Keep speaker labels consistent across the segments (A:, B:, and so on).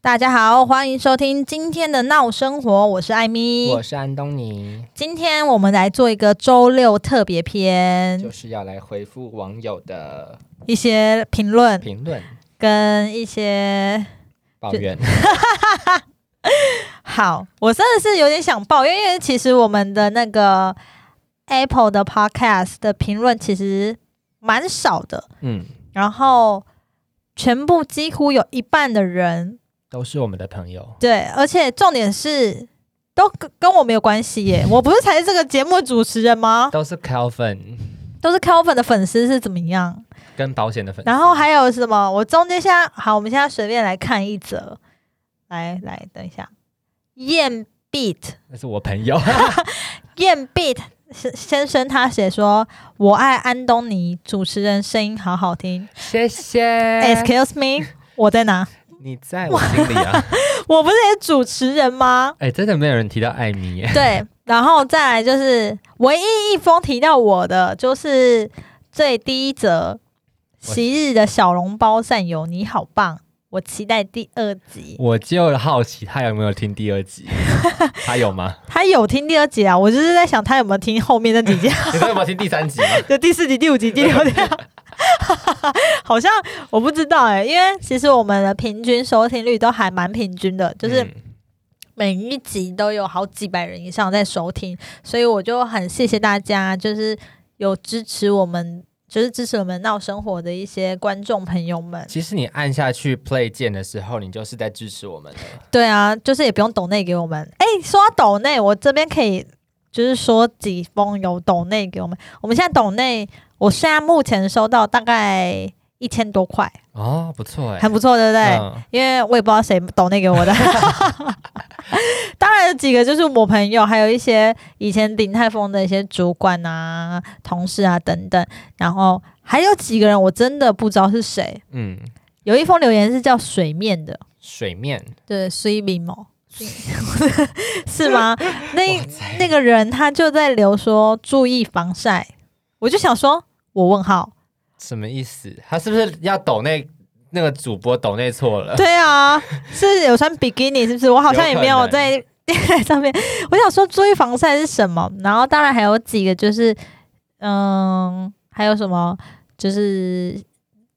A: 大家好，欢迎收听今天的闹生活，我是艾米。
B: 我是安东尼，
A: 今天我们来做一个周六特别篇
B: 就，是要来回复网友的
A: 一些评论
B: 评论
A: 跟一些
B: 抱怨。
A: 好，我真的是有点想抱怨，因为其实我们的那个 Apple 的 Podcast 的评论其实蛮少的，
B: 嗯，
A: 然后全部几乎有一半的人
B: 都是我们的朋友，
A: 对，而且重点是都跟跟我没有关系耶，我不是才是这个节目主持人吗？
B: 都是 Calvin
A: 都是 Kelvin 的粉丝是怎么样？
B: 跟保险的粉丝。
A: 然后还有什么？我中间现在好，我们现在随便来看一则，来来等一下，燕 beat。
B: 那是我朋 友，
A: 燕 beat 先先生他写说：“我爱安东尼，主持人声音好好听。
B: 谢谢。
A: ”Excuse me，我在哪？
B: 你在我心里啊！
A: 我不是也主持人吗？
B: 哎、真的没有人提到艾米耶，
A: 对，然后再来就是唯一一封提到我的，就是最第一则昔日的小笼包战友，你好棒，我期待第二集。
B: 我就好奇他有没有听第二 集，他有吗？
A: 他有听第二集啊，我就是在想他有没有听后面那几集，啊
B: 你说有没有听第三集？
A: 就第四集、第五集、第六集，啊 好像我不知道哎、因为其实我们的平均收听率都还蛮平均的， 就是
B: 嗯
A: 每一集都有好几百人以上在收听，所以我就很谢谢大家，就是有支持我们，就是支持我们闹生活的一些观众朋友们。
B: 其实你按下去 play 键的时候，你就是在支持我们了。
A: 对啊，就是也不用抖内给我们。哎、说到抖内，我这边可以就是说几封有抖内给我们。我们现在抖内，我现在目前收到大概一千多块，
B: 哦，不错哎、
A: 很不错，对不对？
B: 嗯
A: 因为我也不知道谁抖内给 我的。当然，有几个就是我朋友，还有一些以前鼎泰丰的一些主管啊、同事啊等等，然后还有几个人我真的不知道是谁。
B: 嗯，
A: 有一封留言是叫水面的，
B: 水面
A: 对，水面毛。是吗？那那个人他就在留说注意防晒，我就想说，我问号，
B: 什么意思？他是不是要抖那那个主播抖那错 了？
A: 对啊，是有穿比基尼是不是？我好像也没有 在上面，我想说注意防晒是什么？然后当然还有几个就是，嗯，还有什么就是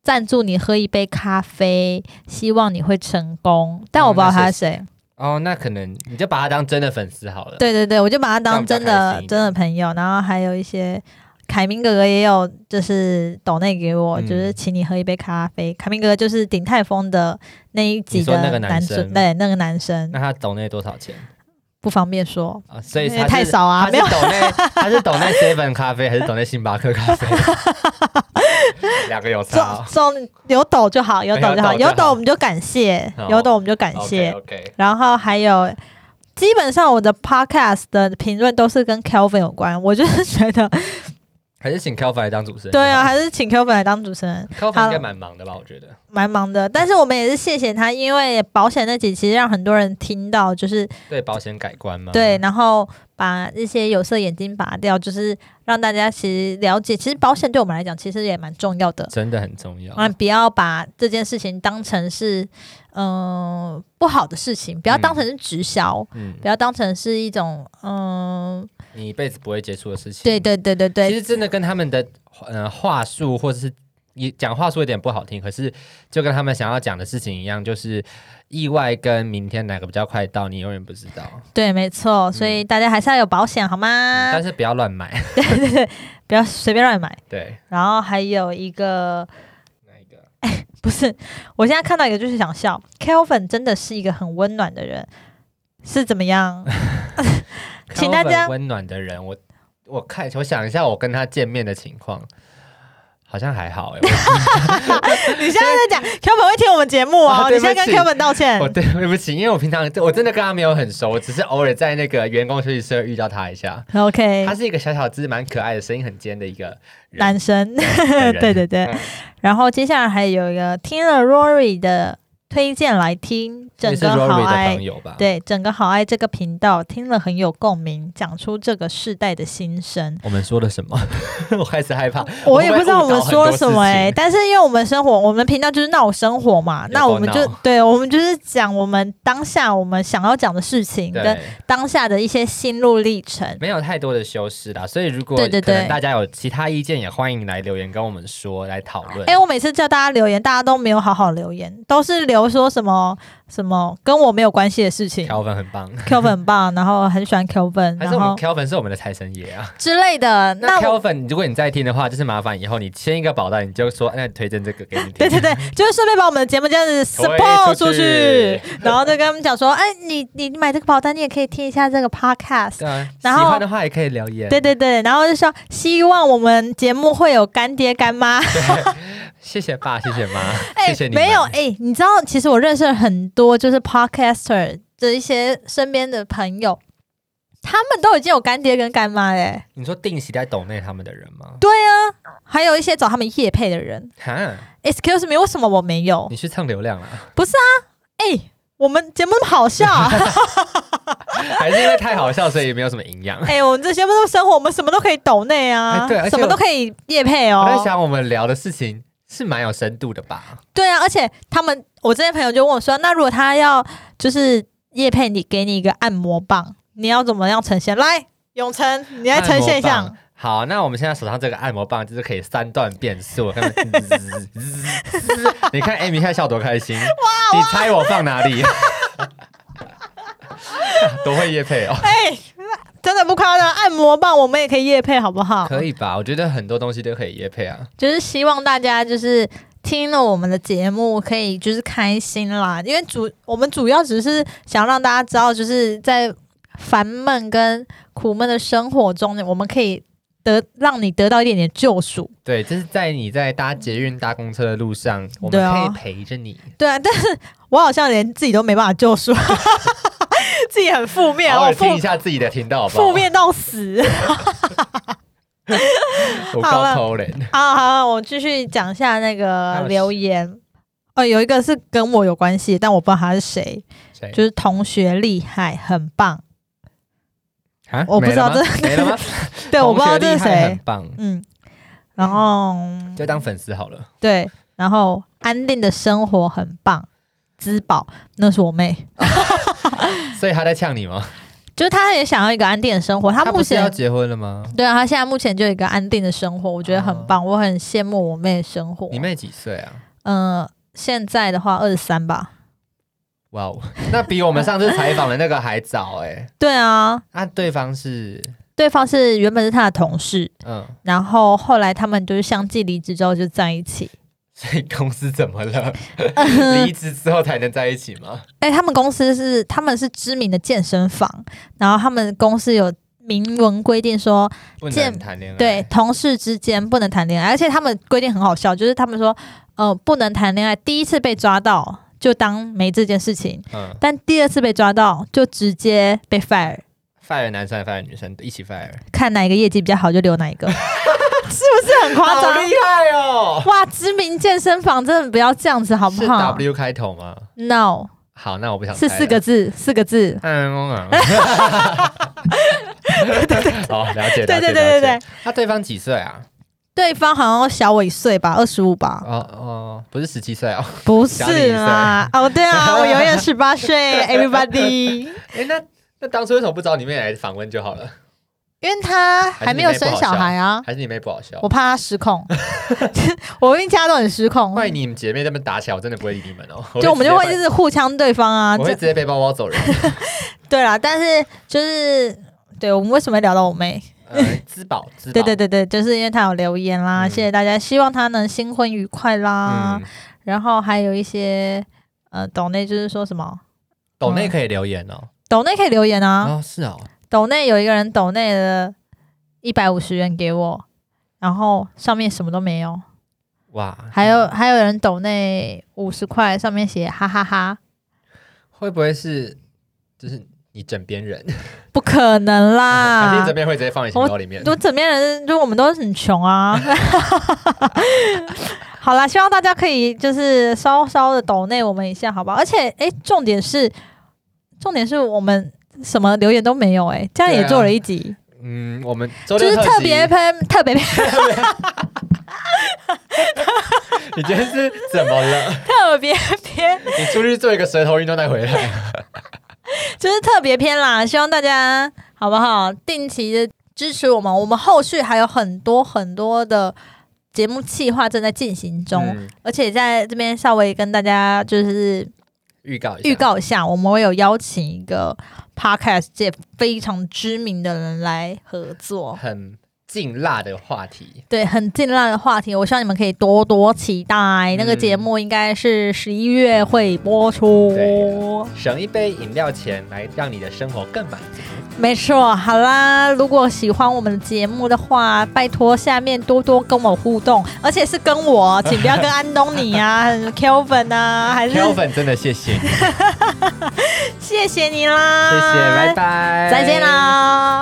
A: 赞助你喝一杯咖啡，希望你会成功，但我不知道他是谁。
B: 哦，那可能你就把他当真的粉丝好了。
A: 对对对，我就把他当真
B: 这样
A: 的
B: 比较开心一点
A: 真的朋友，然后还有一些凯明哥哥也有就是抖内给我，
B: 嗯
A: 就是请你喝一杯咖啡。凯明哥哥就是鼎泰丰的那一集
B: 你说那
A: 的
B: 个男
A: 主，
B: 生
A: 对那个男生
B: 那他抖那多少钱
A: 不方便说，
B: 啊？所以
A: 因
B: 他
A: 为
B: 是
A: 太少啊，
B: 他
A: 没
B: 是
A: 有
B: 抖那他是抖那 seven 咖啡还是抖那星巴克咖 啡？两个有
A: 总
B: 差、哦。
A: 总有抖就好，有抖就好，
B: 有抖就好
A: 有抖我们就感谢，
B: 好
A: 有抖我们就感谢。
B: OK OK，
A: 然后还有，基本上我的 podcast 的评论都是跟 Kelvin 有关，我就是觉得，
B: 啊还是请 Kelvin 来当主持人。
A: 对啊，还是请 Kelvin 来当主持人。
B: ，Kelvin
A: 好
B: 应该蛮忙的吧？我觉得。
A: 蛮忙的，但是我们也是谢谢他，因为保险那几期让很多人听到，就是
B: 对保险改观吗？
A: 对，，然后把一些有色眼镜拔掉，就是让大家其实了解，其实保险对我们来讲其实也蛮重要的。
B: 真的很重要。
A: 啊，不要把这件事情当成是嗯、呃不好的事情，不要当成是直销，
B: 嗯，
A: 不要当成是一种嗯、
B: 你一辈子不会接触的事情。
A: 对对对对
B: 其
A: 对，
B: 实真的跟他们的呃话术或者是。也讲话说有点不好听，可是就跟他们想要讲的事情一样，就是意外跟明天哪个比较快到，你永远不知道。
A: 对，没错，所以大家还是要有保险好吗？
B: 嗯但是不要 乱买。
A: 不要随便乱买。
B: 对，
A: 然后还有一个
B: 那一个？
A: 不是，我现在看到一个就是想笑。Kelvin 真的是一个很温暖的人，是怎么 样？请大家
B: Calvin 温暖的人，我我看我想一下，我跟他见面的情况，好像还好哎、
A: 你现在在讲 Kelvin 会听我们节目哦，
B: 啊
A: 你
B: 对
A: 现在跟
B: 不起
A: Kelvin 道歉
B: 我我。对对不起，因为我平常我真的跟他没有很熟，我只是偶尔在那个员工休息室遇到他一下。
A: OK，
B: 他是一个小小只、蛮可爱的、声音很尖的一个人。
A: 男生，
B: 人
A: 对对对
B: 嗯。
A: 然后接下来还有一个听了 Rory 的推荐来听整
B: 也是
A: 个好
B: Rory 的
A: 爱
B: 朋友吧？，
A: 对整个好爱这个频道听了很有共鸣，讲出这个世代的心声。
B: 我们说了什么？ 我开始害怕，
A: 我也不知道我
B: 会
A: 们
B: 误导很多
A: 说了什么
B: 事情
A: 哎、但是因为我们生活，我们频道就是闹生活嘛，那
B: 够
A: 我们就
B: 闹
A: 对，我们就是讲我们当下我们想要讲的事情跟
B: 对，
A: 当下的一些心路历程。
B: 没有太多的修饰啦，所以如果
A: 对对
B: 可能
A: 对
B: 大家有其他意见，也欢迎来留言跟我们说，来讨论。
A: 哎、我每次叫大家留言，大家都没有好好留言，都是留说什么什么跟我没有关系的事情。
B: Kelvin 很棒，
A: Kelvin 很棒，然后很喜欢 Kelvin，
B: 还
A: 然
B: 是我们
A: 后
B: Kelvin 是我们的财神爷啊？
A: 之类的。那
B: 那
A: 我
B: Kelvin，如果你在听的话，就是麻烦以后你签一个保单，你就说，那推荐这个给你听。
A: 对对对，就是顺便把我们的节目这样子 support 出
B: 嗯出
A: 去
B: 去，
A: 然后就跟他们讲说，哎，你你买这个保单，你也可以听一下这个 podcast。
B: 对啊，
A: 然后
B: 喜欢的话也可以留言。
A: 对对对，然后就说希望我们节目会有干爹干妈。
B: 谢谢爸，谢谢妈，谢谢你们。
A: 没有哎、你知道，其实我认识了很多就是 podcaster 的一些身边的朋友，他们都已经有干爹跟干妈嘞、
B: 你说定期在抖内他们的人吗？
A: 对啊，还有一些找他们业配的人。
B: 哈，
A: Excuse me，为什么我没有？
B: 你去蹭流量啊？
A: 哎、我们节目那么好笑、啊。
B: 还是因为太好笑，所以没有什么营养？
A: 哎、我们这些不都生活，我们什么都可以抖内啊，
B: 哎对而且
A: 什么都可以夜配
B: 我在
A: 哦。
B: 想，我们聊的事情是蛮有深度的吧？
A: 对啊，而且他们，我这些朋友就问我说，那如果他要就是夜配你，给你一个按摩棒，你要怎么样呈现？来，永成，你来呈现一
B: 按摩
A: 下
B: 棒。。好，那我们现在手上这个按摩棒就是可以三段变速，看看滋滋滋滋你看 Amy 现在笑多开心！你猜我放哪里？多会夜配哦，
A: 哎、真的不夸张，按摩棒我们也可以夜配，好不好？
B: 可以吧？我觉得很多东西都可以夜配啊。
A: 就是希望大家就是听了我们的节目，可以就是开心啦。因为主我们主要只是想让大家知道，就是在烦闷跟苦闷的生活中，我们可以得让你得到一点点救赎。
B: 对，就是在你在搭捷运、搭公车的路上，我
A: 对
B: 们
A: 啊
B: 可以陪着你。
A: 对啊，但是我好像连自己都没办法救 赎，自己很负面，
B: 偶
A: 啊我
B: 尔
A: 负
B: 听一下自己的频道好不好？
A: 负面到 死。
B: 我
A: 好了
B: 高偷人。
A: 好好，啊好我继续讲一下那
B: 还
A: 个
B: 有
A: 留言。哦，有一个是跟我有关系，但我不知道他是谁。
B: 谁
A: 就是同学厉害，很棒。
B: 啊
A: 我不知道
B: 没了吗
A: 这
B: 没了吗？
A: 对，我不知道
B: 同
A: 这是
B: 学厉害很
A: 谁。
B: 棒，
A: 嗯，然后
B: 就当粉丝好了。
A: 对，然后安定的生活很棒。资宝，那是我妹，
B: 所以他在呛你吗？
A: 就是她也想要一个安定的生活。她目
B: 不是要
A: 前
B: 结婚了吗？
A: 对啊，她现在目前就有一个安定的生活，我觉得很棒，我很羡慕我妹的生活。
B: 啊你妹几岁啊？
A: 嗯、现在的话二十三吧。
B: 哇哦，那比我们上次采访的那个还早哎、
A: 对啊，
B: 那、对方是
A: 对方是原本是她的同事，
B: 嗯，
A: 然后后来他们就是相继离职之后就在一起。
B: 所以公司怎 么了？
A: 嗯
B: 离职之后才能在一起吗？
A: 哎、他们公司是他们是知名的健身房，然后他们公司有明文规定说，
B: 不
A: 见
B: 能谈恋爱。
A: 对，同事之间不能谈恋爱，而且他们规定很好笑，就是他们说，呃，不能谈恋爱，第一次被抓到就当没这件事情，
B: 嗯
A: 但第二次被抓到就直接被 fire，
B: ，fire 男生还是 fire 女生一起 fire，
A: 看哪一个业绩比较好就留哪一 个，是不是很夸
B: 好
A: 张
B: 厉？害哦！
A: 哇，知名健身房真的不要这样子好不
B: 是
A: 好
B: W 开头吗？
A: ？No，
B: 好，那我不想
A: 是
B: 猜
A: 四
B: 了
A: 个。字，四个字，
B: 嗯，我啊 好，了解，了解
A: 对对对对对。
B: 那对方几岁啊？
A: 对方好像小我一岁吧，二十五吧。
B: 哦哦，不是十七 岁哦。
A: 不
B: 小你一
A: 是啦，哦对 啊，我永远十八岁，everybody，
B: 哎，那那当初为什么不找你妹来访问就好了？
A: 因为他还没有生小孩啊，
B: 还是你妹不好笑
A: 我？ 怕他失 控，我跟家都很失控，
B: 万一你们姐妹这么打起来，我真的不会理你们哦。
A: 就我们就会
B: 直
A: 一
B: 接
A: 直互呛对方
B: 把
A: 啊，
B: 我会
A: 这
B: 直接背包包 走人。
A: 对啦，但是就是对我们为什么会聊到我妹？
B: 呃，资宝，资宝
A: 对对，对对，就是因为她有留言啦，
B: 嗯
A: 谢谢大家，希望她能新婚愉快啦
B: 嗯，，
A: 然后还有一些呃，抖内就是说什么
B: 抖内可以留言哦。
A: 抖内可以留言啊，
B: 哦，是哦，
A: 抖内有一个人抖内了一百五十元给我，然后上面什么都没
B: 嗯
A: 有。
B: 哇，
A: 还有还有人抖内五十块，上面写哈哈哈
B: 会不会是就是你枕边人？
A: 不可能
B: 还是
A: 啦
B: 你枕！边会直接放你钱包里面？
A: 我枕边人，就我们都很穷啊。 好啦，希望大家可以就是稍稍的抖内我们一下，好吧？而且，哎、重点是，重点是我们什么留言都没有、诶哎，这样也
B: 对啊
A: 做了一集，
B: 嗯，我们周
A: 就
B: 六
A: 是特
B: 辑
A: 别，喷，特别
B: 你今天是怎么 了？
A: 特别篇，
B: 你出去做一个舌头运动再回来。
A: 就是特别篇啦。希望大家好不好？定期的支持我们，我们后续还有很多很多的节目计划正在进行中，
B: 嗯
A: 而且在这边稍微跟大家就是嗯
B: 预告一下，
A: 预告一下，我们会有邀请一个 podcast 界非常知名的人来合作，
B: 很劲辣的话题，
A: 对，很劲辣的话题，我希望你们可以多多期待。那
B: 嗯
A: 个节目应该是十一月会播出，
B: 对省一杯饮料钱来让你的生活更 满足。
A: 没错。好啦，如果喜欢我们的节目的话，拜托下面多多跟我互动，而且是跟我，请不要跟安东尼 啊、Kelvin 啊，还是
B: 挑粉真的 谢谢你，谢
A: 谢
B: 谢，
A: 谢你啦，
B: 拜，拜，
A: 再见啦。